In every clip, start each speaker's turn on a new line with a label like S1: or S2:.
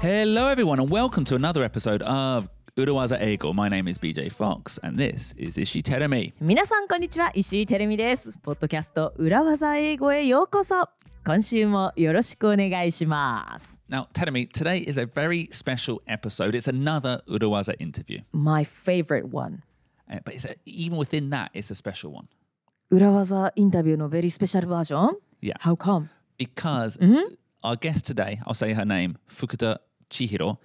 S1: Hello, everyone, and welcome to another episode of Urawaza Eigo. My name is BJ Fox, and this is Ishi Teremi.
S2: 皆さんこんにちは石井てるみですポッドキャスト裏技英語へようこそ今週もよろしくお願いします
S1: Now, Teremi, today is a very special episode. It's another Urawaza interview,
S2: My favorite one
S1: Uh, but it's a, even within that, it's a special one
S2: 裏技インタビューのベリースペシャルバージョン
S1: Yeah.
S2: How come?
S1: because our guest today, I'll say her name, Fukuda Chihiro,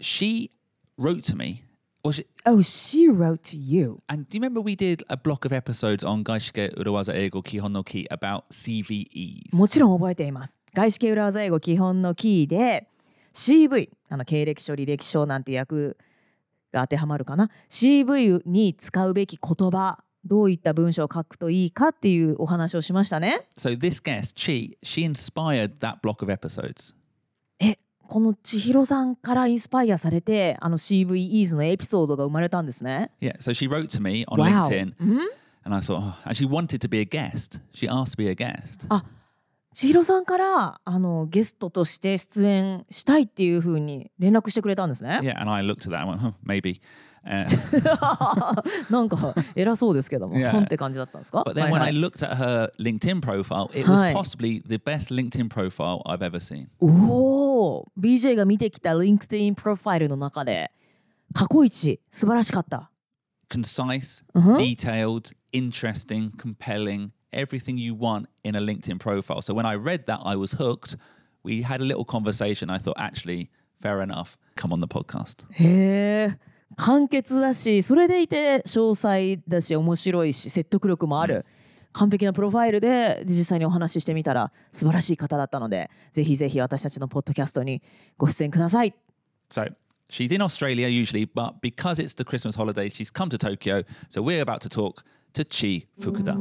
S1: she wrote to me. Well, she,
S2: Oh, she wrote to you
S1: and do you remember we did a block of episodes on Gaishike Urawaza Eigo Kihon no Ki about CVEs?
S2: もちろん覚えています外資系裏技英語基本のキーで CV あの経歴書履歴書なんて訳が当てはまるかな CV に使うべき言葉どういった文章を書くといいかっていうお話をしましたね
S1: So this guest, Chi, she inspired that block of episodes.
S2: この千尋さんからインスパイアされてあの CVEs のエピソードが生まれたんですね。
S1: Yeah. So she wrote to me on
S2: Wow.
S1: LinkedIn,
S2: うん、
S1: and I thought, oh, and she wanted to be a guest. She asked to be a guest.
S2: あ千尋さんからあのゲストとして出演したいっていうふうに連絡してくれたんですね。
S1: Yeah, and I looked at that and went, huh, maybe. Uh,
S2: なんか偉そうですけども、
S1: Yeah.
S2: 本って感じだったんですか
S1: but then
S2: はい
S1: when
S2: は
S1: I
S2: い
S1: looked at her LinkedIn profile, it was
S2: Hi.
S1: possibly the best LinkedIn profile I've ever seen.
S2: おお BJ が見てきた LinkedIn プロファイルの中で過去一素晴らしかった。
S1: Concise,
S2: うん
S1: detailed, interesting, compelling, everything you want in a LinkedIn profile. So when I read that, I was hooked. We had a little conversation. I thought, actually, fair enough. Come on the podcast.
S2: へえ簡潔だしそれでいて詳細だし面白いし説得力もある、完璧なプロファイルで実際にお話ししてみたら素晴らしい方だったのでぜひぜひ私たちのポッドキャストにご出演ください
S1: So she's in Australia usually, but because it's the Christmas holidays, she's come to Tokyo. So we're about to talk to Chi Fukuda.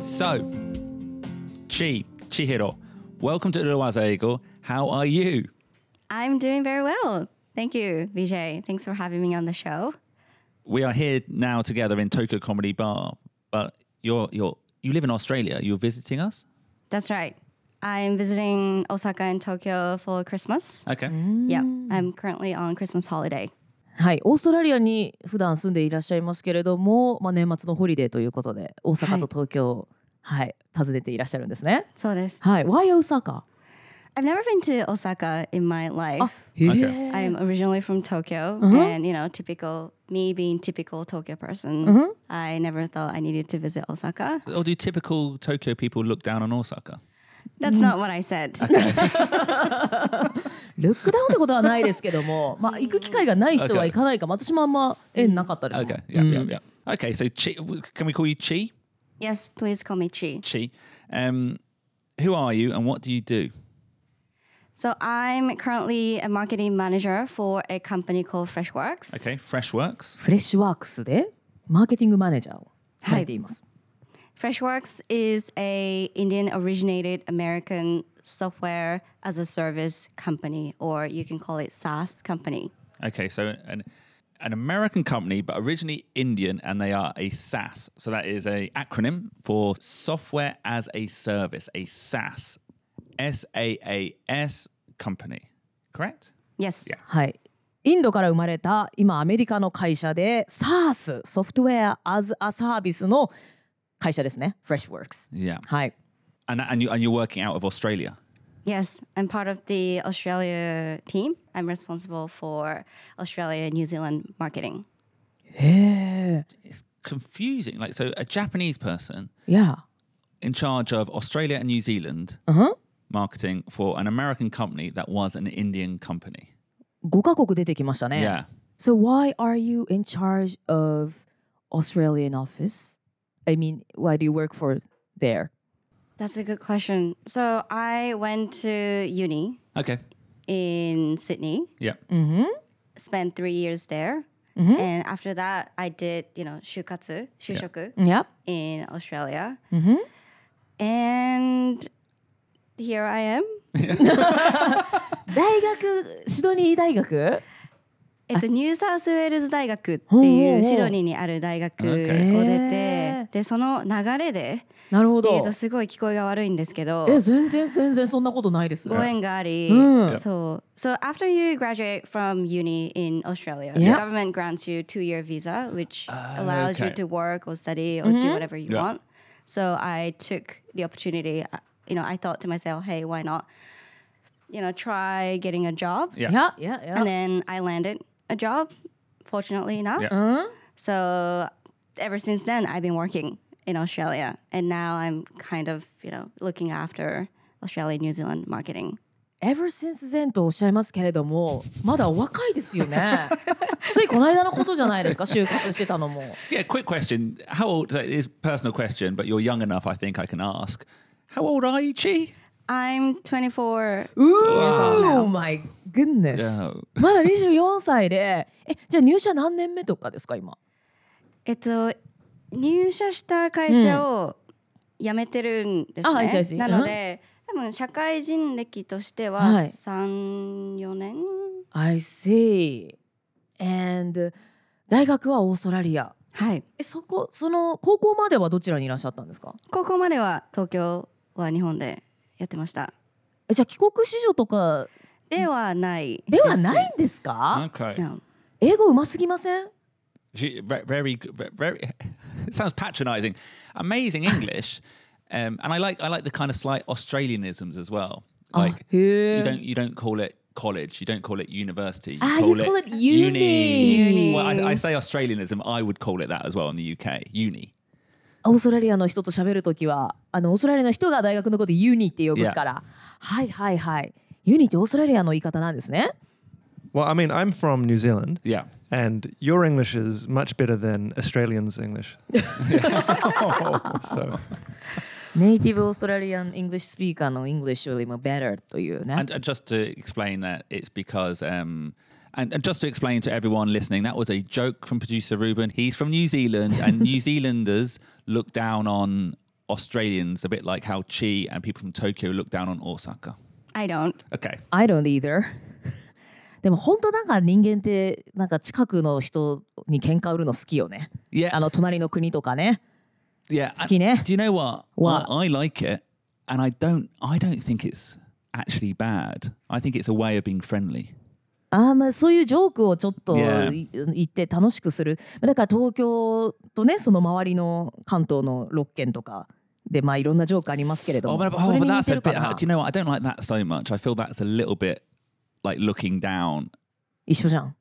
S1: そう。Chi, Chihiro, welcome to Uruwaza Eagle. How are you?
S3: I'm doing very well. Thank you, Vijay. Thanks for having me on the show.
S1: We are here now together in Tokyo Comedy Bar, but you're you're you live in Australia. You're visiting us.
S3: That's right. I'm visiting Osaka and Tokyo for Christmas.
S1: Okay.
S3: Yeah, I'm currently on Christmas holiday.
S2: はいオーストラリアに普段住んでいらっしゃいますけれども、まあ、年末のホリデーということで大阪と東京をはい、訪ねていらっしゃるんですね
S3: So this.
S2: はい Why 大阪
S3: I've never been to Osaka in my life.
S2: あへえ、
S1: Okay.
S3: I'm originally from Tokyo, and you know, typical me being typical Tokyo person, I never thought I needed to visit Osaka.
S1: Or do typical Tokyo people look down on Osaka?
S3: That's not what I said.
S2: ルックダウンってことはないですけどもまあ行く機会がない人は行かないかも私もあんま縁なかったですもん
S1: Okay. Yeah, yeah, yeah. Okay, so Chi, w- can we call you Chi?
S3: yes, please call me Chi.
S1: Chi. Um, who are you and what do you do?
S3: So I'm currently a marketing manager for a company called Freshworks.
S1: Okay, Freshworks.
S2: フレッシュワークスでマーケティングマネージャーをされています。
S3: Freshworks is a Indian originated American software as a service company or you can call it SaaS company.
S1: Okay, so an an American company, but originally Indian, and they are a SaaS. So that is a acronym for Software as a Service, a SaaS, S A A S company. Correct.
S3: Yes.
S1: Yeah.
S2: はい。インドから生まれた今アメリカの会社で SaaS ソフトウェア as a service の会社ですね。Freshworks。
S1: Yeah,
S2: はい。
S1: and that, and you and you're working out of Australia.
S3: Yes, I'm part of the Australia team. I'm responsible for Australia and New Zealand marketing.
S2: へえ。
S1: It's confusing. Like, so a Japanese person
S2: いや。
S1: in charge of Australia and New Zealand marketing for an American company that was an Indian company.
S2: 5カ国出てきましたね。
S1: Yeah.
S2: So why are you in charge of Australian office? I mean, why do you work for there?
S3: That's a good question. So I went to uni
S1: Okay.
S3: in Sydney,
S1: Yeah.
S3: spent three years there. And after that, I did, you know, shukatsu, shushoku.
S2: Yep.
S3: in Australia. And here I am.
S2: 大学シドニー大学
S3: えっと、ニューサウスウェールズ大学って
S2: ほうほう
S3: い
S2: ほう
S3: うシドニーにある大学を
S1: Okay
S3: 出
S2: へ
S3: て
S2: ー
S3: でその流れで
S2: なるほ
S3: えっ
S2: ど
S3: とすごい聞こえが悪いんですけど
S2: え全然全然そんなことないです
S3: ご縁があり、
S2: うん
S3: So, so after you graduate from uni in Australia,
S2: Yeah.
S3: the government grants you two-year visa, which
S1: Ah,
S3: allows you
S1: okay.
S3: to work or study or do whatever you
S1: Yeah.
S3: want. So I took the opportunity. uh, You know, I thought to myself, "Hey, why not? You know, try getting a job."
S1: Yeah.
S2: いやいやいや
S3: And then I landed a job, fortunately enough.
S1: Yeah.
S2: うん
S3: So ever since then, I've been working in Australia, and now I'm kind of you know looking after Australia, New Zealand marketing.
S2: Ever since then とおっしゃいますけれどもまだお若いですよね ついこの間のことじゃないですか就活してたのも
S1: Yeah, quick question. How old? It is a personal question, but you're young enough. I think I can ask. How old are you, Chi?
S3: I'm 24.
S2: うー my goodness まだ24歳でえじゃあ入社何年目とかですか今
S3: えっと入社した会社を辞めてるんですね。
S2: あはいはいはい
S3: なので、多分社会人歴としては
S2: はい
S3: 3、4年
S2: I see and 大学はオーストラリア
S3: はい。
S2: えそこその高校まではどちらにいらっしゃったんですか
S3: 高校までは東京は日本でやってました。
S2: えじゃあ帰国子女とか
S3: ではないす。
S2: ではないんですか
S1: Okay.
S3: No.
S2: 英語うますぎません
S1: She, ve- very, g- ve- very. it sounds patronising. Amazing English, um, and I like I like the kind of slight Australianisms as well.
S2: あ
S1: Like
S2: へえ
S1: you don't you don't call it college, you don't call it university. You
S2: Ah, you call it uni. Uni.
S1: Well, I, I say Australianism. I would call it that as well in the UK. Uni.
S2: オーストラリアの人と喋るときはあのオーストラリアの人が大学のことユニって呼ぶから、はいはいはいユニってオーストラリアの言い方なんですね
S4: Well, I mean, I'm from New Zealand,
S1: Yeah.
S4: and your English is much better than Australians' English. so,
S2: ネイティブオーストラリアン・イングリッシュ・スピーカーのイングリッシュよりも better というね
S1: And, and just to explain that, it's because, um, and, and just to explain to everyone listening, that was a joke from producer Ruben. He's from New Zealand, and New Zealanders look down on Australians a bit like how Chi and people from Tokyo look down on Osaka.
S3: I don't.
S1: Okay.
S2: I don't either でも本当なんか人間ってなんか近くの人に喧嘩売るの好きよね
S1: Yeah.
S2: あの隣の国とかね
S1: yeah. and
S2: 好きね。
S1: Do you know what?
S2: What?
S1: I, I like it, and I don't. I don't think it's actually bad. I think it's a way of being friendly.
S2: あーまあそういうジョークをちょっと
S1: Yeah.
S2: い言って楽しくするだから東京とねその周りの関東の6県とかでまあいろんなジョークありますけれど
S1: Oh,
S2: も
S1: but, but-
S2: そ
S1: oh,
S2: れ
S1: but
S2: に似
S1: that's
S2: て
S1: a
S2: るか
S1: bit. uh,
S2: な
S1: Do you know what? I don't like that so much. I feel that's a little bit like looking down.
S2: 一緒じゃん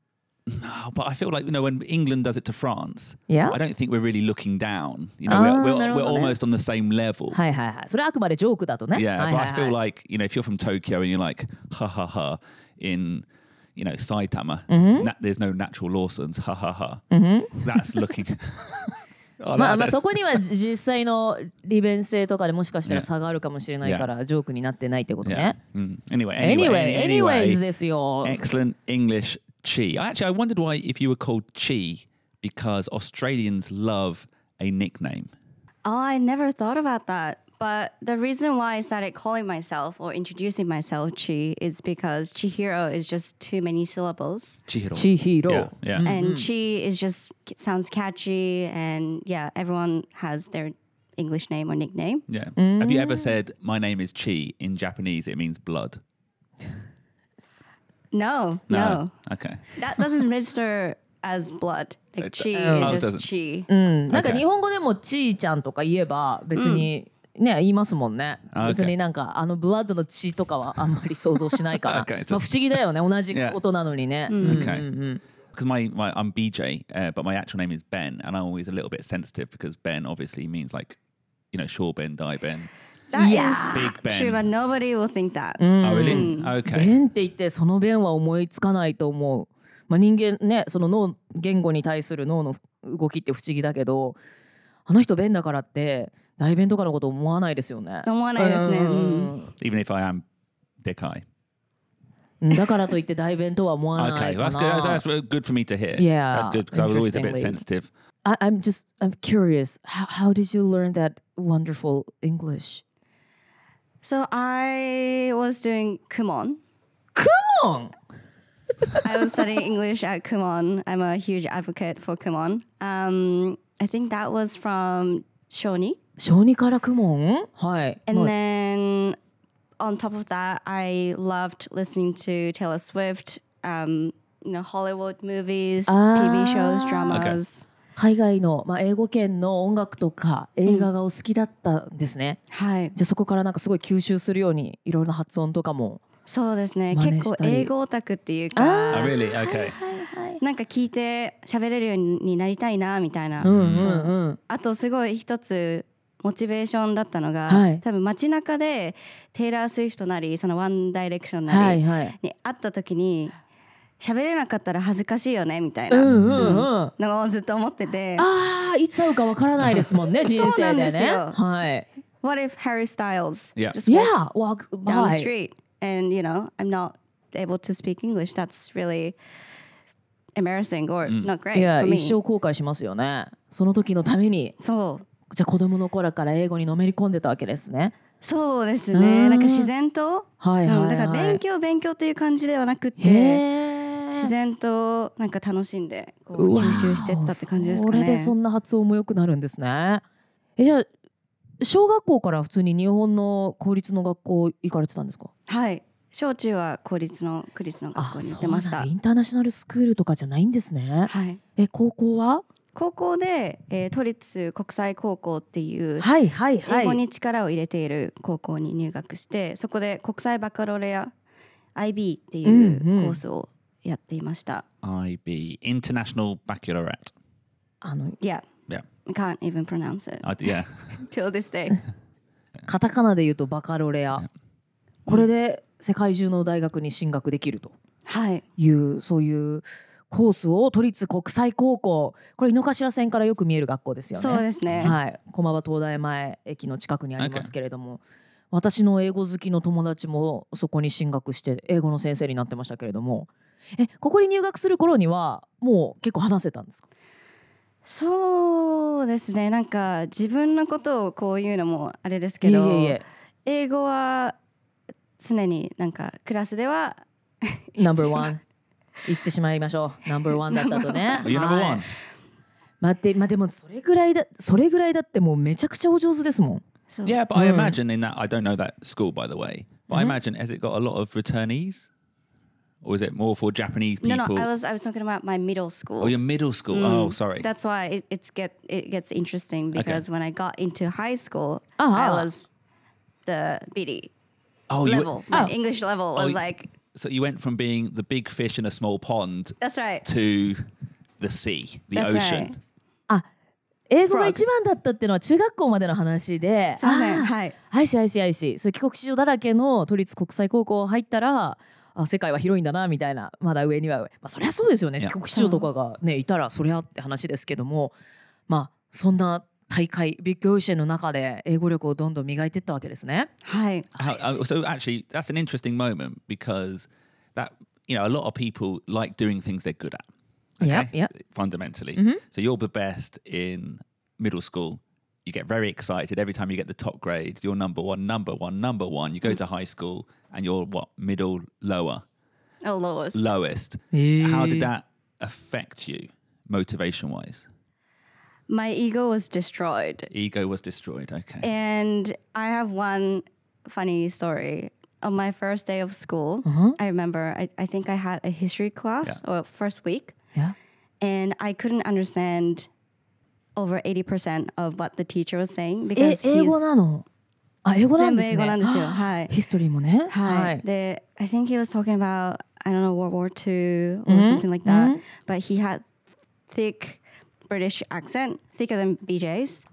S1: No, but I feel like you know when England does it to France.
S2: Yeah?
S1: I don't think we're really looking down. You know, we're,
S2: Ah,
S1: we're,
S2: なるほど
S1: we're
S2: ね。
S1: almost on the same level.
S2: はいはいはいそれはあくまでジョークだとね
S1: Yeah,
S2: はい
S1: but
S2: はい
S1: I feel
S2: はい
S1: like you know if you're from Tokyo and you're like ha ha ha in you know Saitama, na- there's no natural Lawson's ha ha ha. That's looking. Oh,
S2: ま
S1: that-
S2: あまあ
S1: that-
S2: そこには実際の利便性とかでもしかしたら
S1: Yeah.
S2: 差があるかもしれないからジョークになってないってこと
S1: yeah.
S2: ね
S1: Mm. Anyway, anyway,
S2: Anyway
S1: anyway,
S2: anyways ですよ
S1: excellent English chi. I Actually, I wondered why if you were called chi because Australians love a nickname.
S3: Oh, I never thought about that. But the reason why I started calling myself or introducing myself Chi is because Chihiro is just too many syllables.
S1: Chihiro.
S2: チヒロ
S1: Yeah, yeah.
S3: And Chi is just sounds catchy. And yeah, everyone has their English name or nickname.
S1: Yeah. Have you ever said my name is Chi in Japanese? It means blood.
S3: No, no.
S1: Okay.
S3: That doesn't register as blood. Like Chi
S1: oh, it
S3: is
S1: doesn't.
S3: just Chi.
S2: なんか
S1: Okay.
S2: 日本語でもちーちゃんとか言えば別に、ね言いますもんね。
S1: Okay.
S2: 別になんかあのブラッドの血とかはあんまり想像しないから
S1: Okay, just-
S2: まあ不思議だよね同じ音なのにね。
S1: Okay. Because my, my I'm BJ, uh, but my actual name is Ben, and I'm always a little bit sensitive because Ben obviously means like, you know, Shaw Ben, Die Ben.
S3: That is
S2: Yeah.
S1: Big Ben.
S3: true, but nobody will think that.
S1: Oh, really? Okay.
S2: 弁って言ってその弁は思いつかないと思う。まあ、人間ねその脳言語に対する脳の動きって不思議だけどあの人弁だからって大弁とかのこと思わないですよね。
S3: 思わないですね
S2: うん
S3: Oh.
S1: Even if I am Dekai.
S2: うんだからといって大弁とは思わな
S1: Okay,
S2: いかな。
S1: that's good. That's, that's good for me to hear.
S2: Yeah,
S1: that's good because I was always a bit
S2: interestingly.
S1: sensitive.
S2: I, I'm just I'm curious. How how did you learn that wonderful English?
S3: So I was doing Kumon.
S2: クモン
S3: I was studying English at Kumon. I'm a huge advocate for Kumon. Um, I think that was from Shoni.
S2: 小児からクモンはい。
S3: And
S2: はい
S3: then on top of that, I loved listening to Taylor Swift, um, you know, Hollywood movies, TV shows, dramas.
S2: 海外の、まあ、英語圏の音楽とか映画がお好きだったんですね。
S3: はい。
S2: じゃあそこからなんかすごい吸収するようにいろいろな発音とかも。
S3: そうですね。
S2: 真似し
S3: 結構
S2: たり
S3: 英語オタクっていう
S2: あ
S1: Oh,
S3: か、
S1: really? Okay.
S2: はいはい。
S3: なんか聞いて喋れるようになりたいなみたいな。
S2: うんうん
S3: そう
S2: うん。
S3: あとすごい一つモチベーションだったのが、
S2: はい
S3: 多分街中でテイラー・スウィフトなりそのワンダイレクション
S2: は
S3: ないり
S2: はい。
S3: に会った時に喋れなかったら恥ずかしいよねみたいうなん
S2: うんうん。あ
S3: のをずっと思ってて、
S2: あーいつ会うかわからないですもん ね人
S3: そう
S2: 生
S3: なん
S2: で
S3: です
S2: ね。
S3: よ
S2: はい。
S3: What if Harry Styles
S1: Yeah.
S3: just walks
S2: Yeah, walk by.
S3: down the street and you know I'm not able to speak English? That's really embarrassing or not great
S2: いや
S3: for me.
S2: 一生後悔しますよね。その時のために
S3: そう
S2: じゃあ子供の頃から英語にのめり込んでたわけですね。
S3: そうです
S2: うん
S3: ね。なんか自然と、
S2: はいはい、
S3: う
S2: は
S3: ん
S2: い。
S3: だから勉強勉強っていう感じではなく
S2: へ
S3: て。
S2: え。
S3: 自然となんか楽しんでこ
S2: う
S3: う
S2: わー
S3: 吸収してったって感じですか
S2: それでそ
S3: ね。
S2: んな発音も良くなるんですね。えじゃあ小学校から普通に日本の公立の学校行かれてたんですか。
S3: はい。小中は公立の区立の学校に行ってまし
S2: そうな
S3: た
S2: んだ。インターナショナルスクールとかじゃないんですね。
S3: はい。
S2: え高校は？
S3: 高校で、えー都立国際高校っていう
S2: はいはい
S3: 英語。に力を入れている高校に入学して、そこで国際バカロレア IB ってい
S2: んうん
S3: うコースをやっていました。
S1: IB International Baccalaureate.
S2: あの
S3: Yeah.
S1: Yeah.
S3: I can't even pronounce it
S1: I, yeah.
S3: till this day.
S2: カタカナで言うとバカロレア。これで世界中の大学に進学できると
S3: はい。
S2: いうそういうコースを都立国際高校これ井の頭線からよく見える学校ですよね。
S3: そうですね。
S2: はい、駒場東大前駅の近くにありますけれども、私の英語好きの友達もそこに進学して英語の先生になってましたけれどもえここに入学する頃にはもう結構話せたんですか
S3: そうですねなんか自分のことをこういうのもあれですけど
S2: いえいえ
S3: 英語は常になんかクラスでは
S2: いえナンバーワン言ってしまいましょうナンバーワンだったとね
S1: You're number
S2: はい
S1: one.
S2: 待ってまあでもそれぐらいだそれぐらいだってもうめちゃくちゃお上手ですもん
S3: そう
S1: Yeah, but I
S2: Mm.
S1: imagine in that I don't know that school by the way, but I imagine has it got a lot of returnees, or is it more for Japanese
S3: No
S1: people?
S3: no I was I was talking about my middle school
S1: or your middle school?
S3: Mm,
S1: Oh, sorry.
S3: That's why it, it's get it gets interesting because when I got into high school I
S2: Ah.
S3: was the BD
S1: oh, you
S3: level
S1: went-
S3: my
S2: Oh.
S3: English level
S1: Oh,
S3: was
S1: you-
S3: like
S1: so you went from being the big fish in a small pond
S3: that's right
S1: to the sea, the
S3: That's
S1: ocean.
S3: right.
S2: 英語が
S3: Frog
S2: 一番だったっていうのは中学校までの話です
S3: いませ
S2: あ
S3: ん
S2: ー
S3: はい
S2: アイシアイシアイシそういう帰国子女だらけの都立国際高校入ったらあ世界は広いんだなみたいなまだ上には上、まあ、そりゃそうですよね
S1: い
S2: 帰
S1: や
S2: 国子女とかがねいたらそりゃって話ですけどもまあそんな大会ビッグオーシェンの中で英語力をどんどん磨いていったわけですね。
S3: はい
S1: How, uh, so actually, that's an interesting moment because that you know a lot of people like doing things they're good at.
S2: Yeah,
S1: okay,
S2: yeah.
S1: Fundamentally,
S3: Mm-hmm.
S1: so you're the best in middle school. You get very excited every time you get the top grade. You're number one, number one, number one.
S3: Mm.
S1: You go to high school and you're what middle, lower,
S3: oh lowest
S1: lowest. How did that affect you, motivation wise?
S3: my ego was destroyed
S1: Ego was destroyed. Okay.
S3: Eh, And I have one funny story. On my first day of school, I remember I, I think I had a history class or first week,
S2: いや
S3: and I couldn't understand over 80% of what the teacher was saying because
S2: え英
S3: he's
S2: 語なのあ英語なんですね。
S3: 全部英語なんですよ。
S2: あ
S3: はい。
S2: ヒストリーもね。
S3: Hi. The, I think he was talking about I don't know World War Two or something like that. But he had thick British accent, thicker than BJ's,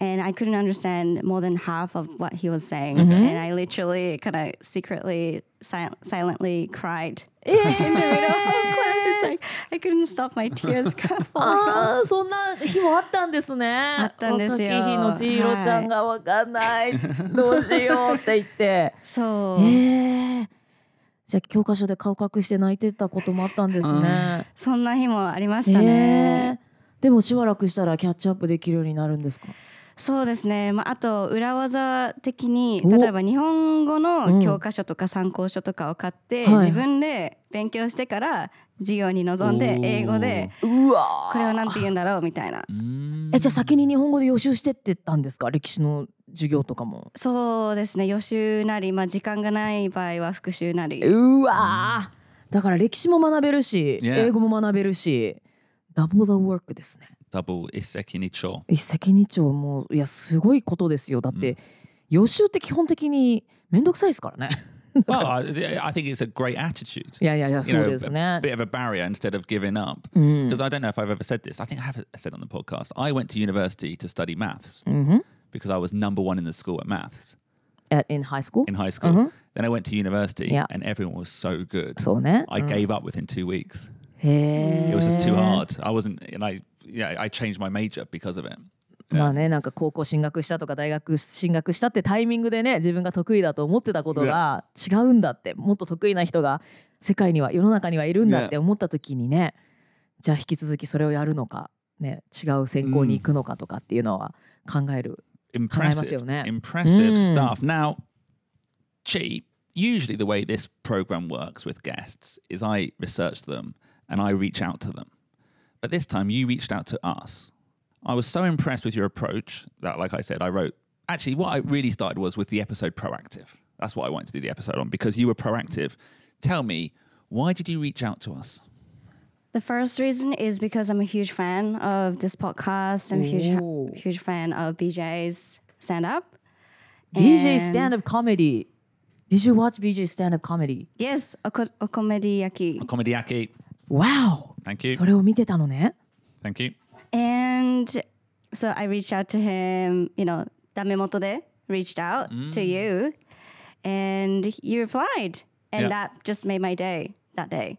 S3: and I couldn't understand more than half of what he was saying. And I literally kind of secretly, sil- silently cried.
S2: えー
S3: It's like I couldn't stop my tears from falling.
S2: あーそんな日もあったんですね。あ
S3: ったんですよ
S2: 若き日の千尋ちゃんがわかんない、どうしようって言 って。
S3: So.
S2: えー、じゃあ教科書で顔隠して泣いてたこともあったんですね。
S3: そんな日もありまし
S2: え
S3: たね。
S2: ーでもしばらくしたらキャッチアップできるようになるんですか。
S3: そうですね、まあ、あと裏技的に
S2: お
S3: 例えば日本語
S2: うん
S3: の教科書とか参考書とかを買って、
S2: はい
S3: 自分で勉強してから授業に臨んで
S1: おー
S3: 英語で
S2: うわー
S3: これは何て言うんだろうみたいな
S1: Mm.
S2: えじゃあ先に日本語で予習してってたんですか歴史の授業とかも
S3: そうですね予習なり、まあ、時間がない場合は復習なり
S2: うわーだから歴史も学べるし、
S1: Yeah.
S2: 英語も学べるしダブル・ザ・ワークですね
S1: double isekinicho.
S2: 一石二鳥もういやすごいことですよだって、予習って基本的にめんどくさいですからね
S1: Well, I, I think it's a great attitude.
S2: いやいやいや
S1: You
S2: そう
S1: know,
S2: です
S1: a
S2: ね
S1: bit of a barrier instead of giving up.
S2: うん、
S1: Because I don't know if I've ever said this. I think I have said on the podcast. I went to university to study maths
S2: うん、
S1: because I was number one in the school at maths
S2: at in high school
S1: in high school. Then I went to university
S2: Yeah.
S1: and everyone was so good.
S2: そうね
S1: I gave up within two weeks.
S2: へえ
S1: It was just too hard. I wasn't, and I, yeah, I changed my major because of it.
S2: まあねなんか高校進学したとか大学進学したってタイミングでね自分が得意だと思ってたことが違うんだってもっと得意な人が世界には世の中にはいるんだって思った時にねじゃあ引き続きそれをやるのか、ね、違う専攻に行くのかとかっていうのは考える、
S1: impressive,
S2: 叶えますよね。
S1: impressive
S2: Mm.
S1: stuff. Now, Chi, usually the way this program works with guests is I research them and I reach out to them. But this time you reached out to us. I was so impressed with your approach that, like I said, I wrote. Actually, what I really started was with the episode proactive. That's what I wanted to do the episode on because you were proactive. Tell me, why did you reach out to us?
S3: The first reason is because I'm a huge fan of this podcast. I'm a
S2: Ooh.
S3: huge, huge fan of BJ's stand up.
S2: BJ stand up comedy Did you watch BJ stand up comedy?
S3: Yes, Oko- Okomediyaki.
S1: Comedy Aki.
S2: Wow!
S1: Thank you.
S2: それを見てたのね
S1: Thank you.
S3: And so I reached out to him, you know, Damemoto de reached out to you and you replied. And
S1: Yeah.
S3: that just made my day that day.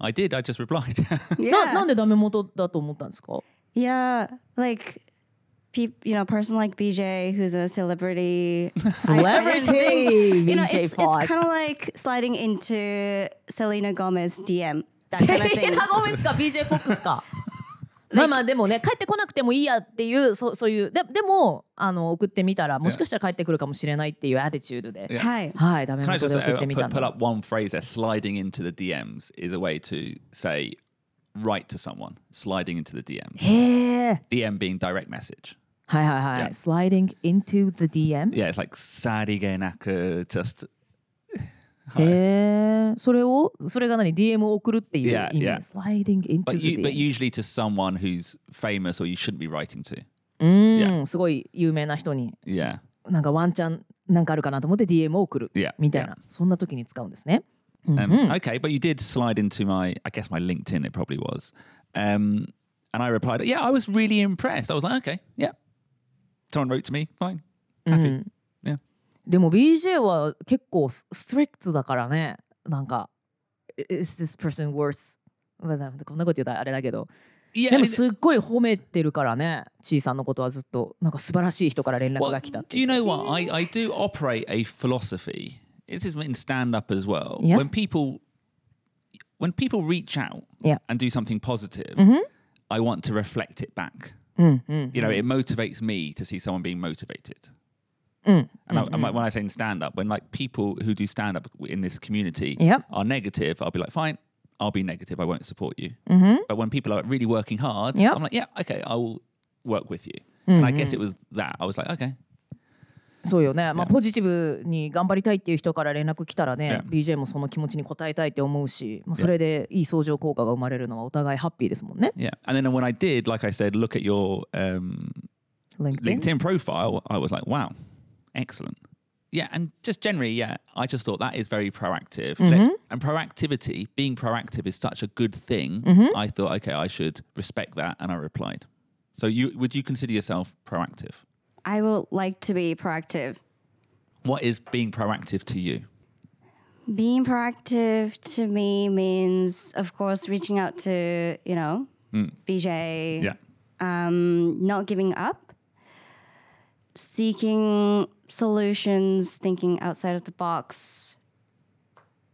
S1: I did. I just replied.
S2: ななん
S3: Yeah.
S2: でダメ元だと思ったんですか
S3: Yeah. Like, peop you know, person like BJ, who's a celebrity,
S2: Celebrity
S3: you know,
S2: BJ
S3: it's,
S2: Fox
S3: it's kind of like sliding into Selena Gomez DM. That
S2: セ
S3: kind of
S2: リ
S3: thing.
S2: ナ・ゴメスか BJ フォックスか。まあまあでもね帰ってこなくてもいいやっていうそうそういうででもあの送ってみたらもしかしたら帰ってくるかもしれないっていうアティチュードで、
S1: Yeah.
S3: Hi.
S2: はいダメ
S1: Can I
S2: 元で
S1: just
S2: 送
S1: uh,
S2: ってみ
S1: put,
S2: たん
S1: put
S2: だ
S1: up one phrase there? Sliding into the DMs is a way to say write to someone. Sliding into the DMs.
S2: へえ
S1: DM being direct message.
S2: はいはいは
S1: Yeah.
S2: い、sliding into the DM、
S1: Yeah, it's like sarigenaka. Just
S2: へえそれをそれが何 DM を送るっていう意
S1: Yeah,
S2: 味、
S1: yeah.
S2: sliding into
S1: but,
S2: the
S1: you, but
S2: DM
S1: usually to someone who's famous or you shouldn't be writing to.
S2: うーんすごい有名な人に
S1: Yeah.
S2: なんかワンチャンなんかあるかなと思って DM を送る
S1: Yeah,
S2: みたいな、そんな時に使うんですね
S1: Um, Okay, but you did slide into my, I guess my LinkedIn. It probably was, um, and I replied, "Yeah, I was really impressed. I was like, okay, yeah." Someone wrote to me, fine, happy.
S2: でも BJ は結構スストリクトだからね。なんか、Is this person worse? まあなんかこんなこと言ったらあれだけど。
S1: Yeah,
S2: でも
S1: and-
S2: すっごい褒めてるからね。ちいさんのことはずっと、なんか素晴らしい人から連絡
S1: Well,
S2: が来たって
S1: do
S2: い
S1: you
S2: う。
S1: know what? I, I do operate a philosophy. This is in stand up as well.
S2: Yes.
S1: When people when people reach out
S2: Yeah. Mm-hmm.
S1: and do something positive, I want to reflect it back. You know,
S2: Mm-hmm.
S1: it motivates me to see someone being motivated. And I,
S2: Mm-hmm.
S1: I, when I say in stand up, when like people who do stand up in this community
S2: Yep.
S1: are negative, I'll be like, fine, I'll be negative. I won't support you. But when people are really working hard,
S2: Mm-hmm. Yep. Mm-hmm.
S1: I'm like, yeah, okay, I will work with you. And I guess it was that. I was like, okay,
S2: そうよね。まあポジティブに頑張りたいっていう人から連絡来たらね、
S1: Yeah.
S2: BJ もその気持ちに応えたいって思うし、まあ、それでいい相乗効果が生まれるのはお互いハッピーですもんね。
S1: Yeah. And then when I did, like I said, look at your um, LinkedIn
S2: LinkedIn
S1: profile, I was like, wow, excellent. Yeah. And just generally, yeah, I just thought that is very proactive. Let's- and proactivity, being proactive is such a good thing. I thought, okay, I should respect that. And I replied. So you would you consider yourself proactive?
S3: I would like to be proactive.
S1: What is being proactive to you?
S3: Being proactive to me means, of course, reaching out to, you know, BJ,
S1: Mm. Yeah.
S3: um, not giving up, seeking solutions, thinking outside of the box.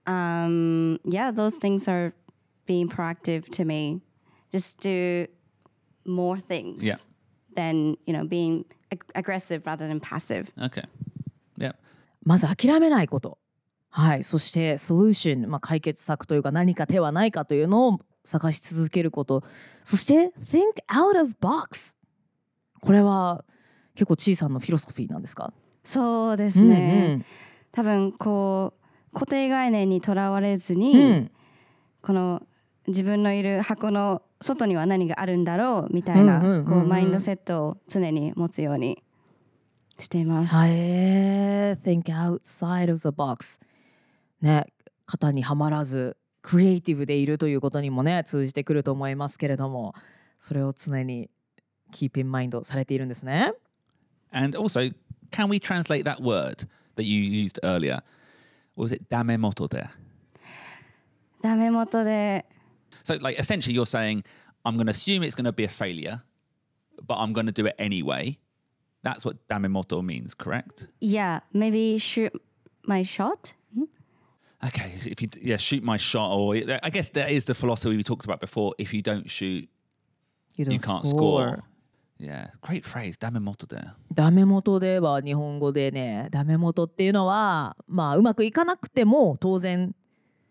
S3: Um, yeah, those things are being proactive to me. Just do more things
S1: Yeah.
S3: than, you know, being ag- aggressive rather than passive.
S1: Okay. Yep.
S2: まず諦めないこと。はい、そしてソリューション、まあ、解決策というか何か手はないかというのを探し続けることそして think out of box これは結構小さなフィロソフィーなんですか
S3: そうです
S2: Mm-hmm.
S3: ね。多分こう固定概念にとらわれずに、
S2: うんうんうん
S3: この自分のいる箱の外には何があるんだろうみたいな、
S2: うんうんうんうん
S3: こうマインドセットを常に持つようにしています。
S2: はい、think outside of the box ね型にはまらずクリエイティブでいるということにもね通じてくると思いますけれどもそれを常に keep in mind されているんですね
S1: And also, can we translate that word that you used earlier? What was it damemoto there?
S3: ダメ元で
S1: So, like, essentially, you're saying, I'm going to assume it's going to be a failure, but I'm going to do it anyway. That's what damemoto means, correct?
S3: Yeah, maybe shoot my shot?
S1: Okay, if you yeah shoot my shot, or I guess that is the philosophy we talked about before. If you don't shoot, you
S2: You don't
S1: can't score. Yeah, great phrase, damemoto there.
S2: ダメ元では日本語でねダメ元っていうのはまあうまくいかなくても当然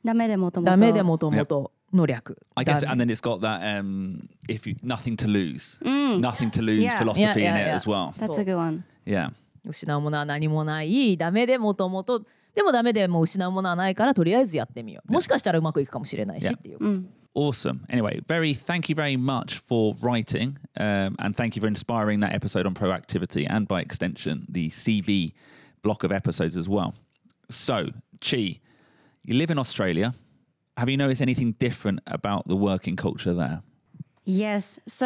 S3: ダメでもともと。
S2: ダメでもともとの略
S1: I guess,
S2: ダ
S1: and
S2: メ
S1: then it's got that um, if you nothing to lose,
S3: うん。
S1: nothing to lose
S3: Yeah.
S1: philosophy in
S2: Mm. Yeah, yeah,
S1: it
S2: yeah.
S1: as well.
S3: That's a good one.
S1: Yeah,
S2: 失うものは何もないダメでもともとでもダメでも失うものはないからとりあえずやってみようもしかしたらうまくいくかもしれないし
S1: Yeah.
S2: っていう
S1: awesome. Anyway, very thank you very much for writing, um, and thank you for inspiring that episode on proactivity and by extension the CV block of episodes as well. So, Chi, you live in Australia. Have you noticed anything different about the working culture there?
S3: Yes. So,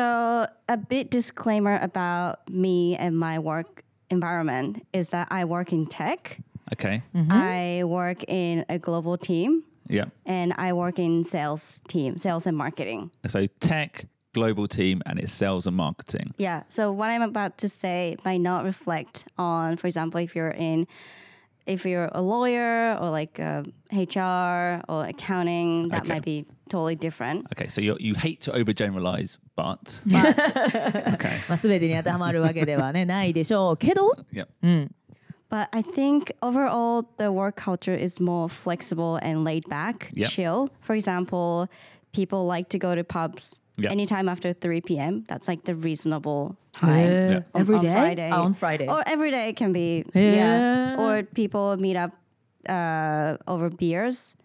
S3: a bit disclaimer about me and my work environment is that I work in tech.
S1: Okay.
S3: I work in a global team
S1: Yeah.
S3: and I work in sales team, sales and marketing.
S1: So tech global team and it's sales and marketing.
S3: Yeah. So, what I'm about to say might not reflect on, for example, if you're in if you're a lawyer or like a HR or accounting, that
S1: Okay.
S3: might be totally different.
S1: Okay, so you you hate to overgeneralize, but okay,
S2: まあ全てに当てはまるわけではねないでしょうけ ど
S1: yep,
S3: But I think overall, the work culture is more flexible and laid back,
S1: Yep.
S3: chill. For example, people like to go to pubs
S1: Yep.
S3: anytime after 3 p.m. That's like the reasonable
S2: はい
S3: time. On-
S2: every
S3: on Friday.
S2: day Ah, on Friday
S3: Or every day it can be.
S2: Yeah.
S3: Or people meet up uh, over beers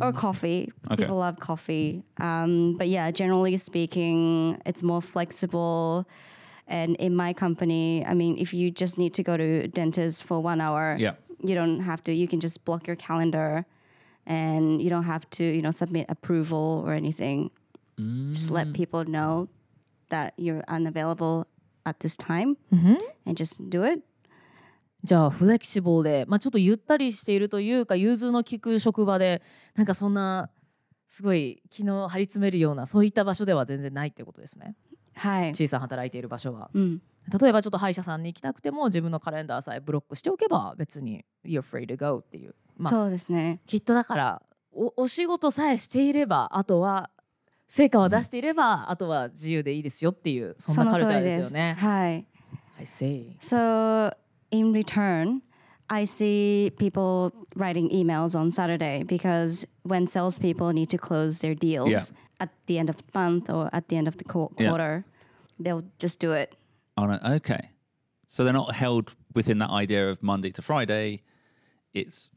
S3: or coffee.
S1: Okay.
S3: People love coffee. Um, but yeah, generally speaking, it's more flexible. And in my company, I mean, if you just need to go to dentist for one hour,
S1: Yeah.
S3: you don't have to. You can just block your calendar, and you don't have to, you know, submit approval or anything. Just
S1: Mm.
S3: let people know that you're unavailable at this time, and just do it.
S2: じゃあフレキシブルで、まあ、ちょっとゆったりしているというか融通の利く職場でなんかそんなすごい気の張り詰めるようなそういった場所では全然ないってことですね
S3: Hi.
S2: 小さな働いている場所は
S3: Mm.
S2: 例えばちょっと歯医者さんに行きたくても自分のカレンダーさえブロックしておけば別に「You're free to go」っていう、まあ、きっとだからおお仕事さえしていればあとは成果を出していれば、あとは自由でいいですよっていうそんなカルチャーですよね。
S3: Hi.
S2: I see.
S3: So in return, I see people writing emails on Saturday because when salespeople need to close their deals
S1: Yeah.
S3: at the end of the month or at the end of the qu-
S1: Yeah.
S3: quarter, they'll just do it.
S1: on a, okay, so they're not held within that idea of Monday to Friday. It's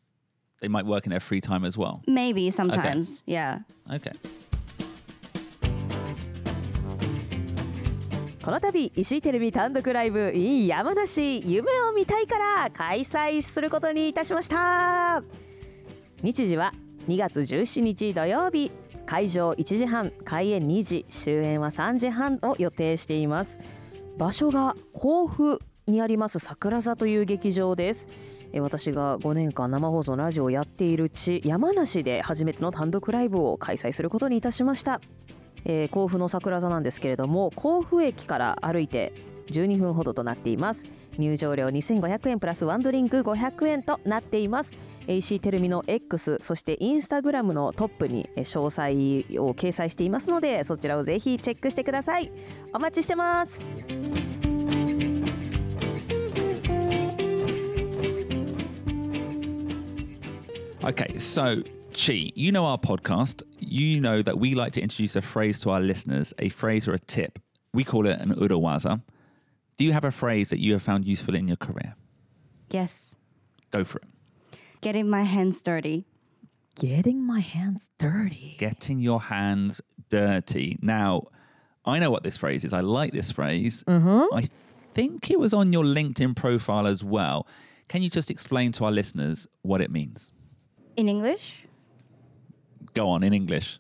S1: they might work in their free time as well.
S3: Maybe sometimes, yeah.
S1: Okay,
S5: この度石井テレビ単独ライブ in 山梨夢を見たいから開催することにいたしました日時は2月17日土曜日会場1時半開演2時終演は3時半を予定しています場所が甲府にあります桜座という劇場ですえー私が5年間生放送ラジオをやっている地山梨で初めての単独ライブを開催することにいたしましたえー甲府の桜座なんですけれども甲府駅から歩いて12分ほどとなっています入場料2500円プラスワンドリンク500円となっています AC テルミの X そしてインスタグラムのトップにえー詳細を掲載していますのでそちらをぜひチェックしてくださいお待ちしてます
S1: Okay, so Chi, you know our podcast. You know that we like to introduce a phrase to our listeners, a phrase or a tip. We call it an urawaza. Do you have a phrase that you have found useful in your career?
S3: Yes.
S1: Go for it.
S3: Getting my hands dirty.
S2: Getting my hands dirty.
S1: Getting your hands dirty. Now, I know what this phrase is. I like this phrase. I think it was on your LinkedIn profile as well. Can you just explain to our listeners what it means?
S3: In English,
S1: Go on in English.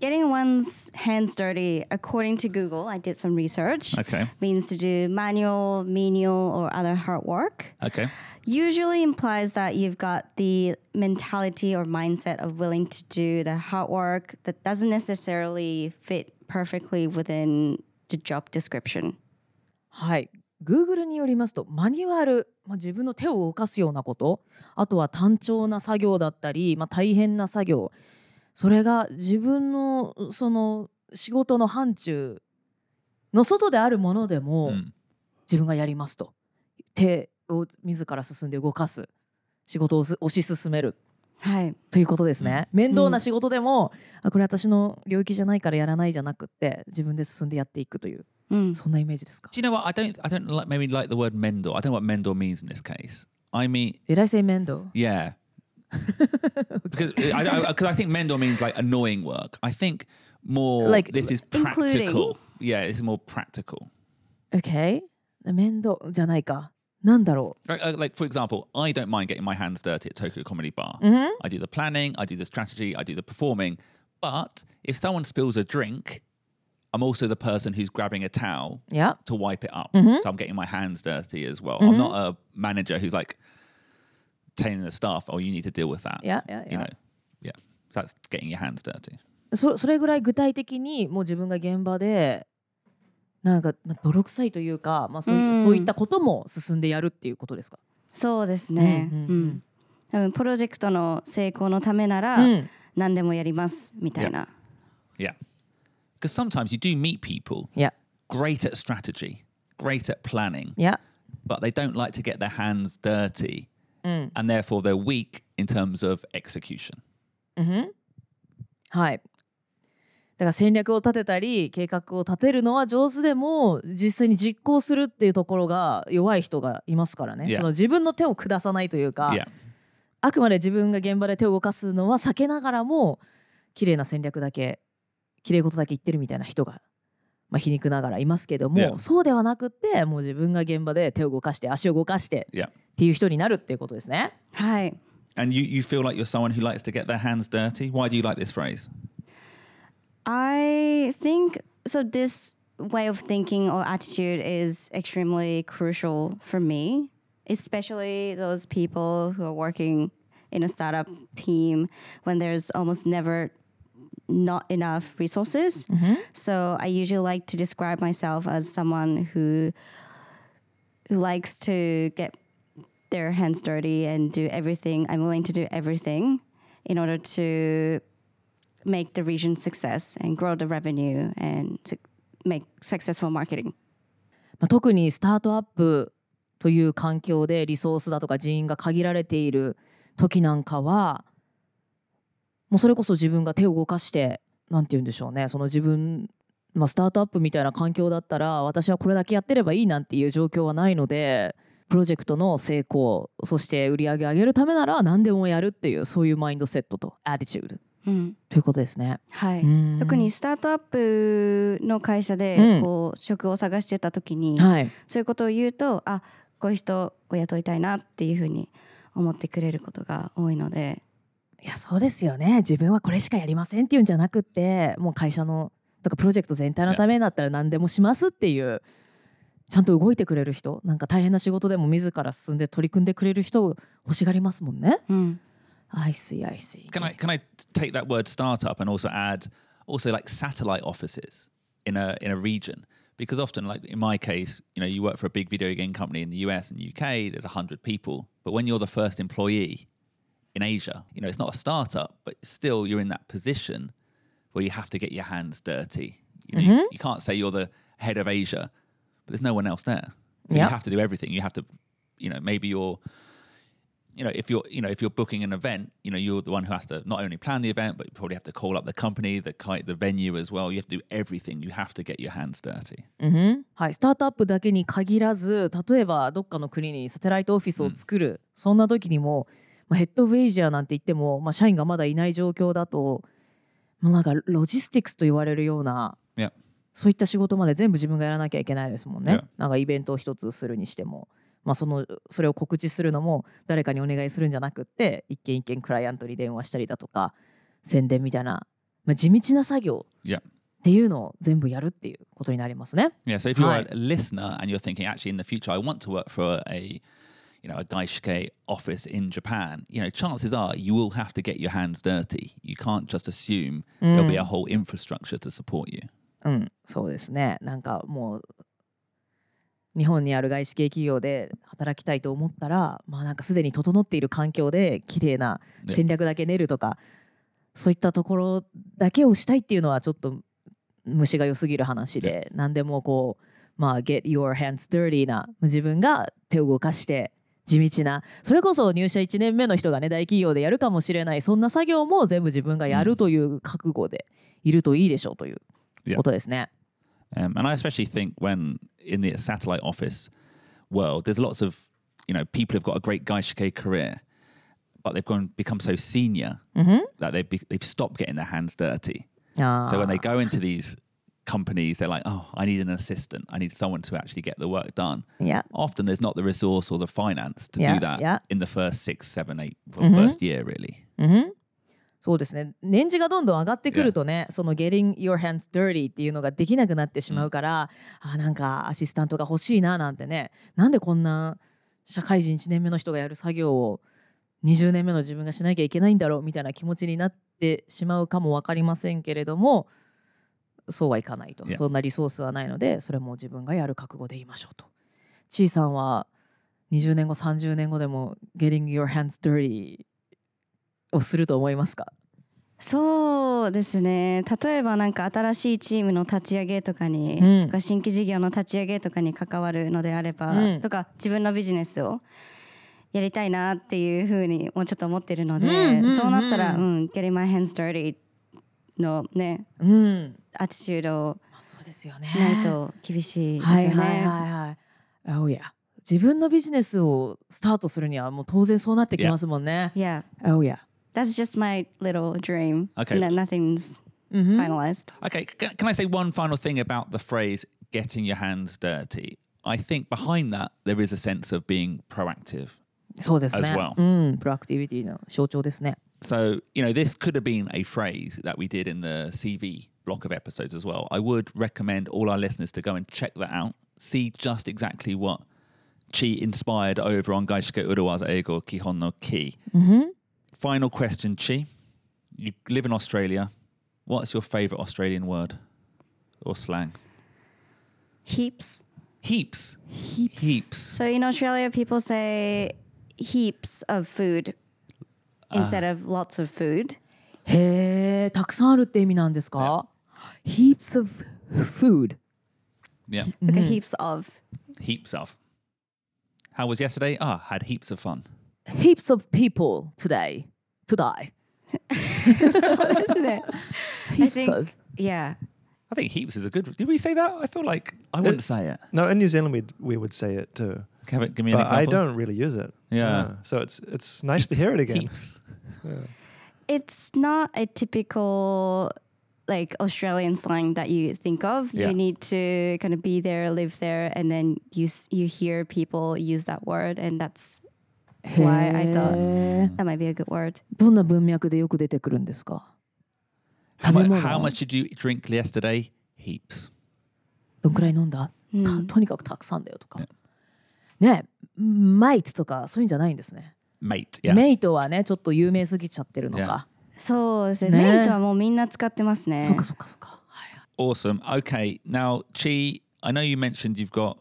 S3: getting one's hands dirty, according to Google, I did some research,
S1: Okay.
S3: means to do manual, menial, or other hard work.
S1: Okay.
S3: usually implies that you've got the mentality or mindset of willing to do the hard work that doesn't necessarily fit perfectly within the job description.
S2: はい。Google によりますとマニュアル、まあ、自分の手を動かすようなことあとは単調な作業だったり、まあ、大変な作業それが自分のその仕事の範疇の外であるものでも、
S1: Mm.
S2: 自分がやりますと手を自ら進んで動かす仕事をす推し進める
S3: はい。
S2: ということですね、面倒な仕事でも、あこれ私の領域じゃないからやらないじゃなくって自分で進んでやっていくという
S3: うん。
S2: そんなイメージですか
S1: Do you know what? I don't. I don't like maybe like the word mendel. I don't know what mendel means in this case. I mean,
S2: Did I say 面倒
S1: yeah, because I, I, 'cause I think mendel means like annoying work. I think more
S2: Like,
S1: like this is
S3: including-
S1: practical. Yeah, this is more practical.
S2: Okay 面倒じゃないかなんだろ
S1: Like, uh, like for example, I don't mind getting my hands dirty at Tokyo Comedy Bar.
S2: う、うん、
S1: I do the planning, I do the strategy, I do the performing. But if someone spills a drink, I'm also the person who's grabbing a towel
S2: いや
S1: to wipe it up.
S2: Mhm.
S1: So I'm getting my hands dirty as well. I'm not a manager who's like telling the staff, "Oh, you need to deal with that."
S2: いやいやい
S1: You
S2: や
S1: know, yeah. So that's getting your hands dirty.
S2: そそれぐらい具体的にもう自分が現場でなんか、まあ、泥臭いというか、まあそうい
S3: うん
S2: そういったことも進んでやるっていうことですか、
S3: そうですね。
S2: う
S3: うんん
S2: うんうん
S3: 多分プロジェクトの成功のためなら、
S2: うん、
S3: 何でもやりますみたいな。
S1: Yeah. Because sometimes you do meet people
S2: いや
S1: great at strategy, great at planning,
S2: いや
S1: but they don't like to get their hands dirty,
S2: うん、
S1: and therefore they're weak in terms of execution.
S2: うんふんはいだから戦略を立てたり計画を立てるのは上手でも実際に実行するっていうところが弱い人がいますからね、
S1: Yeah.
S2: その自分の手を下さないというか、
S1: Yeah.
S2: あくまで自分が現場で手を動かすのは避けながらも綺麗な戦略だけ綺麗事だけ言ってるみたいな人が、まあ、皮肉ながらいますけども、
S1: Yeah.
S2: そうではなくってもう自分が現場で手を動かして足を動かして
S1: Yeah.
S2: っていう人になるっていうことですね。
S3: はい。
S1: And you, you feel like you're someone who likes to get their hands dirty. Why do you like this phrase?
S3: I think so. This way of thinking or attitude is extremely crucial for me, especially those people who are working in a startup team when there's almost never not enough resources. So I usually like to describe myself as someone who who likes to get their hands dirty and do everything. I'm willing to do everything in order to make the region success and grow the revenue and to make successful marketing.
S2: まあ、特にスタートアップという環境でリソースだとか人員が限られている時なんかはもうそれこそ自分が手を動かしてなんて言うんでしょうねその自分、まあ、スタートアップみたいな環境だったら私はこれだけやってればいいなんていう状況はないのでプロジェクトの成功そして売り上げ上げるためなら何でもやるっていうそういうマインドセットとアティチュードということですね。
S3: はい、
S2: うん
S3: 特にスタートアップの会社
S2: う
S3: で
S2: ん
S3: こう職を探してた時に、
S2: はい、
S3: そういうことを言うとあこういう人を雇いたいなっていうふうに思ってくれることが多いので
S2: いやそうですよね自分はこれしかやりませんっていうんじゃなくってもう会社のとかプロジェクト全体のためだったら何でもしますっていうちゃんと動いてくれる人なんか大変な仕事でも自ら進んで取り組んでくれる人を欲しがりますもんね。
S3: うん、
S2: I see, I see.
S1: Can I can I take that word startup and also add also like satellite offices in a in a region? Because often, like in my case, you know, you work for a big video game company in the US and UK. There's hundred people, but when you're the first employee in Asia, you know, it's not a startup, but still you're in that position where you have to get your hands dirty. You, know, you, you can't say you're the head of Asia, but there's no one else there. So
S2: Yeah.
S1: you have to do everything. You have to, you know, maybe you're you know, if you're, you know, if you're booking an event, you know, you're the one who has to not only plan the event, but you probably have to call up the company, the kite, the venue as well. You have to do everything. You have to get your hands dirty.
S2: うんうんはい、スタートアップだけに限らず例えばどっかの国にサテライトオフィスを作る、そんな時にも、まあ、ヘッドウェイジャーなんて言っても、まあ、社員がまだいない状況だと、まあ、なんかロジスティクスと言われるような、
S1: いや
S2: そういった仕事まで全部自分がやらなきゃいけないですもんね。
S1: いや
S2: なんかイベントを一つするにしても、まあ、そのそれを告知するのも誰かにお願いするんじゃなくって一件一件クライアントに電話したりだとか宣伝みたいな、まあ、地道な作業
S1: いや
S2: っていうのを全部やるっていうことになりますね。
S1: Yeah. So if you're
S2: Right.
S1: a listener and you're thinking, actually, in the future, I want to work for a, you know, a Gaishike office in Japan, you know, chances are you will have to get your hands dirty. You can't just assume there'll
S2: Hmm.
S1: be a whole infrastructure to support you.
S2: うん、そうですね。なんかもう日本にある外資系企業で働きたいと思ったら、まあなんかすでに整っている環境で綺麗な
S1: ね
S2: 戦略だけ練るとか、そういったところだけをしたいっていうのはちょっと虫が良すぎる話で、何でもこうまあ get your hands dirty な自分が手を動かして地道なそれこそ入社1年目の人がね大企業でやるかもしれないそんな作業も全部自分がやるという覚悟でいるといいでしょうということですね。
S1: Um, and I especially think when in the satellite office world, there's lots of you know people who've got a great gaishike career, but they've gone become so senior that they've be, they've stopped getting their hands dirty.
S2: あー
S1: So when they go into these companies, they're like, oh, I need an assistant. I need someone to actually get the work done.
S2: Yeah.
S1: Often there's not the resource or the finance to
S2: Yeah,
S1: do that
S2: yeah.
S1: in the first six, seven, eight, well,
S2: Mhm.
S1: first year really.
S2: うんそうですね年次がどんどん上がってくるとね、その getting your hands dirty っていうのができなくなってしまうから、あなんかアシスタントが欲しいななんてねなんでこんな社会人1年目の人がやる作業を20年目の自分がしなきゃいけないんだろうみたいな気持ちになってしまうかも分かりませんけれどもそうはいかないと、
S1: Yeah.
S2: そんなリソースはないのでそれも自分がやる覚悟で言いましょうと。ちいさんは20年後30年後でも getting your hands dirty をすると思いますか
S3: そうですね例えばなんか新しいチームの立ち上げとかに、
S2: うん
S3: とか新規事業の立ち上げとかに関わるのであれば、
S2: うん
S3: とか自分のビジネスをやりたいなっていうふうにもうちょっと思ってるので、
S2: うんうんうん
S3: そうなったら「うん、Getting my hands dirty」のね
S2: うん。
S3: アティチュードを
S2: まあ、そうですよね。
S3: ないと厳しいですよ
S2: は
S3: ね。
S2: いはいはいはい。Oh yeah。自分のビジネスをスタートするにはもう当然そうなってきますもんね。
S3: Yeah,
S2: Oh yeah。
S3: that's just my little dream.
S1: Okay.
S3: No- nothing's
S2: うんふん
S3: finalized.
S1: Okay, c- can I say one final thing about the phrase getting your hands dirty? I think behind that, there is a sense of being proactive.
S2: そうですね
S1: as well。
S2: うん。プロアクティビティの象徴ですね。
S1: So, you know, this could have been a phrase that we did in the CV block of episodes as well. I would recommend all our listeners to go and check that out, see just exactly what Chi inspired over on Gaishike Urawa's Ego Kihon no Ki.
S2: うんふん
S1: Final question, Chi. You live in Australia. What's your favorite Australian word or slang?
S3: Heaps.
S1: Heaps. Heaps.
S3: So in Australia, people say heaps of food instead of lots of food.
S2: へえ、たくさんあるって意味なんですか ?Heaps of food。
S1: Yeah.
S2: Hmm.
S3: Like a heaps of.
S1: Heaps of. How was yesterday? Ah, had heaps of fun.
S2: Heaps of people today. Today. そうですね。Heaps of.
S3: Yeah.
S1: I think heaps is a good. Did we say that? I feel like I wouldn't say it.
S4: No, in New Zealand we'd, we would say it too,
S1: Give, it- give me an
S4: but
S1: example.
S4: I don't really use it.
S1: Yeah.
S4: Ah, so it's it's nice to hear it again.
S1: Heaps.
S3: It's not a typical like Australian slang that you think of.
S1: Yeah.
S3: You need to kind of be there, live there, and then you s- you hear people use that word, and that's why I thought
S2: へえ
S3: that might be a good word.
S2: どんな文脈でよく出てくるんですか
S1: How, mu-
S2: Habibobo.
S1: how much did you drink yesterday? Heaps.
S2: どんくらい飲んだ、
S3: ん
S2: たとにかくたくさんだよとか。ねえ、マイトとかそういうんじゃないんですね。
S1: Mate. Yeah.
S2: メイトはね、ちょっと有名すぎちゃってるのか。
S3: そうです
S2: ね
S3: ね。メインとはもうみんな使ってますね。
S2: そっかそっかそっか。
S1: Awesome. Okay. Now, Chi, I know you mentioned you've got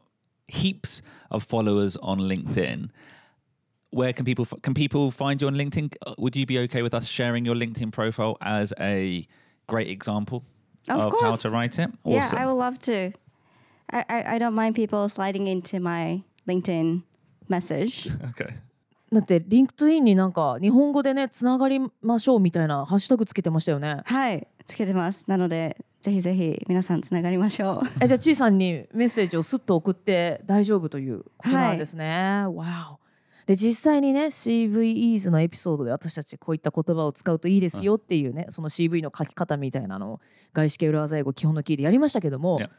S1: heaps of followers on LinkedIn. Where can people f- can people find you on LinkedIn? Uh, Would you be okay with us sharing your LinkedIn profile as a great example
S3: Of
S1: how
S3: course.
S1: to write it?
S3: Yeah, I would love to. I, I, I don't mind people sliding into my LinkedIn message.
S1: okay.
S2: だってリンクトインになんか日本語でねつながりましょうみたいなハッシュタグつけてましたよね
S3: はいつけてますなのでぜひぜひ皆さんつながりましょう
S2: えじゃあちいさんにメッセージをすっと送って大丈夫ということなんですね。わおで実際にね CVEs のエピソードで私たちこういった言葉を使うといいですよっていうね、その CV の書き方みたいなのを外資系裏技英語基本のキーでやりましたけども
S1: いや、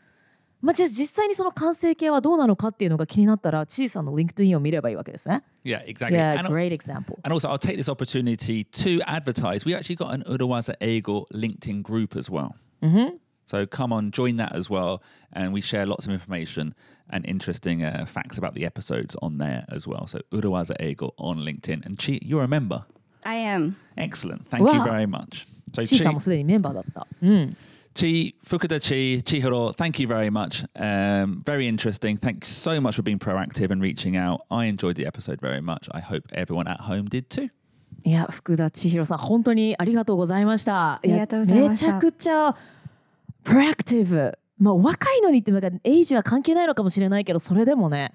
S2: まあ、じゃあ実際にその完成形はどうなのかっていうのが気になったらちいさんの LinkedIn を見ればいいわけですね。
S1: Yeah, exactly.
S2: Yeah,
S1: And- uh,
S2: great example.
S1: And also, I'll take this opportunity to advertise. We actually got an Urawaza Eagle LinkedIn group as well.
S2: うんふん
S1: So come on, join that as well. And we share lots of information and interesting uh, facts about the episodes on there as well. So Urawaza Eagle on LinkedIn. And Chi, you're a member.
S3: I am
S1: Excellent. Thank you
S2: Wow.
S1: very much. So
S2: ちいさん
S1: Chi,
S2: もすでにメンバーだった。うん、
S1: Chi, Fukuda Chi, Chihiro, thank you very much. Um, very interesting. Thanks so much for being proactive and reaching out. I enjoyed the episode very much. I hope everyone at home did too.
S2: いや福田千尋さん本当にありがとうございました。
S3: ありがとうございました
S2: やめちゃくちゃプラクティブ。まあ若いのにってなんかエイジは関係ないのかもしれないけどそれでもね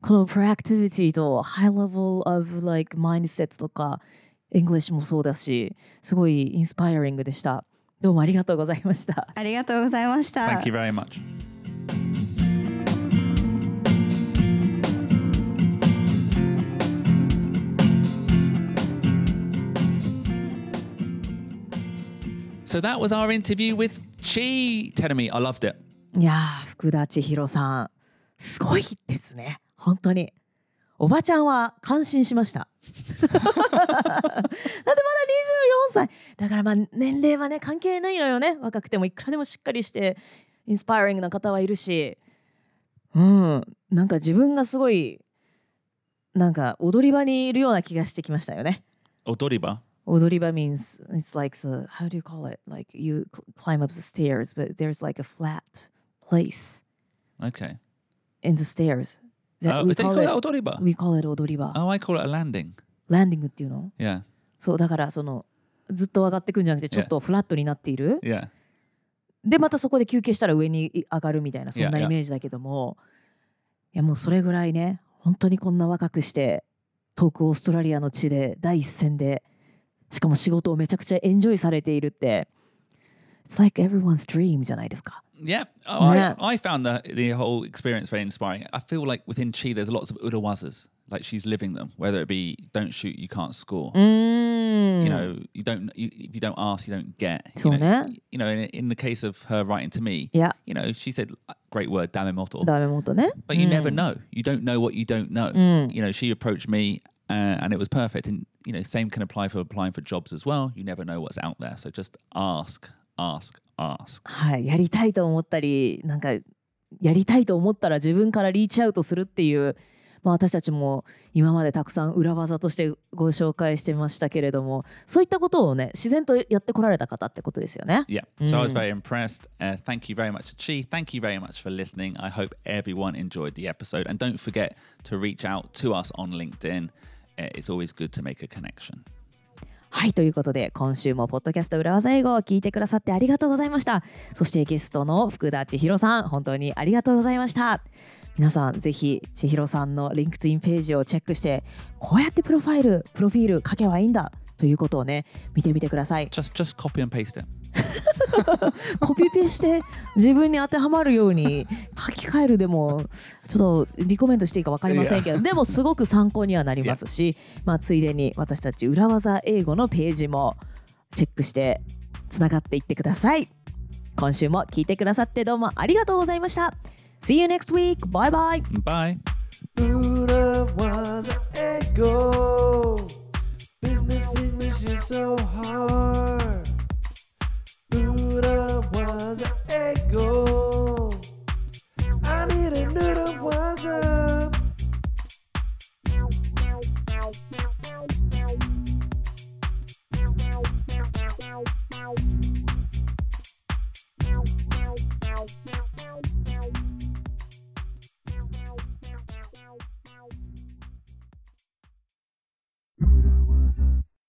S2: このプラクティビティとハイレベル of like mindset とか English もそうだしすごいインスパイアリングでした。どうもありがとうございました。
S3: ありがとうございました
S1: Thank you very much. So that was our interview with Chi Tenemi. I loved it.
S2: いやー福田千尋さんすごいですね本当におばちゃんは感心しましただってまだ24歳だからまあ年齢はね関係ないのよね若くてもいくらでもしっかりしてインスパイリングな方はいるしうんなんか自分がすごいなんか踊り場にいるような気がしてきましたよね
S1: Odoriba.
S2: 踊り場 means it's like the how do you call it like you cl- climb up the stairs but there's like a flat place
S1: Okay.
S2: in the stairs that
S1: Oh,
S2: we
S1: did you
S2: call
S1: call it
S2: it
S1: Odoriba?
S2: we call it 踊り場
S1: Oh, I call it a landing.
S2: ランディングっていうの
S1: Yeah.
S2: そうだからそのずっと上がってくんじゃなくてちょっとフラットになっている
S1: Yeah.
S2: でまたそこで休憩したら上に上がるみたいなそん
S1: Yeah,
S2: な
S1: yeah.
S2: イメージだけどもいやもうそれぐらいね本当にこんな若くして遠くオーストラリアの地で第一線でしかも仕事をめちゃくちゃエンジョイされているって It's like everyone's dream じゃないですか
S1: Yeah. Oh,
S2: Yeah.
S1: I, I found the, the whole experience very inspiring. I feel like within Chi, there's lots of Urawazas. Like she's living them, whether it be don't shoot, you can't score.
S2: うーん
S1: you know you don't you, if you don't ask you don't get
S2: So
S1: you know,
S2: that-
S1: you know in, in the case of her writing to me
S2: いや
S1: you know she said uh, great word damn immortal
S2: ダメ元ね
S1: but you never know you don't know what you don't know
S2: うん
S1: you know she approached me uh, and it was perfect and you know same can apply for applying for jobs as well you never know what's out there so just ask ask ask
S2: はい、やりたいと思ったりなんかやりたいと思ったら自分からリーチアウトするっていう、まあ、私たちも今までたくさん裏技としてご紹介してましたけれどもそういったことをね自然とやってこられた方ってことですよね。
S1: yeah so i was
S2: Mm.
S1: very impressed uh, thank you very much chi thank you very much for listening i hope everyone enjoyed the episode and don't forget to reach out to us on linkedin Uh, it's always good to make a connection
S2: はいということで今週もポッドキャスト裏技英語を聞いてくださってありがとうございましたそしてゲストの福田千尋さん本当にありがとうございました皆さんぜひ千尋さんのリンクトインページをチェックしてこうやってプロファイルプロフィール書けばいいんだということをね見てみてください
S1: just just copy and paste it
S2: コピペして自分に当てはまるように書き換えるでもちょっとリコメントしていいか分かりませんけどでもすごく参考にはなりますし、まあ、ついでに私たち裏技英語のページもチェックしてつながっていってください今週も聞いてくださってどうもありがとうございました See you next week! Bye bye!
S1: Bye.
S4: Urawaza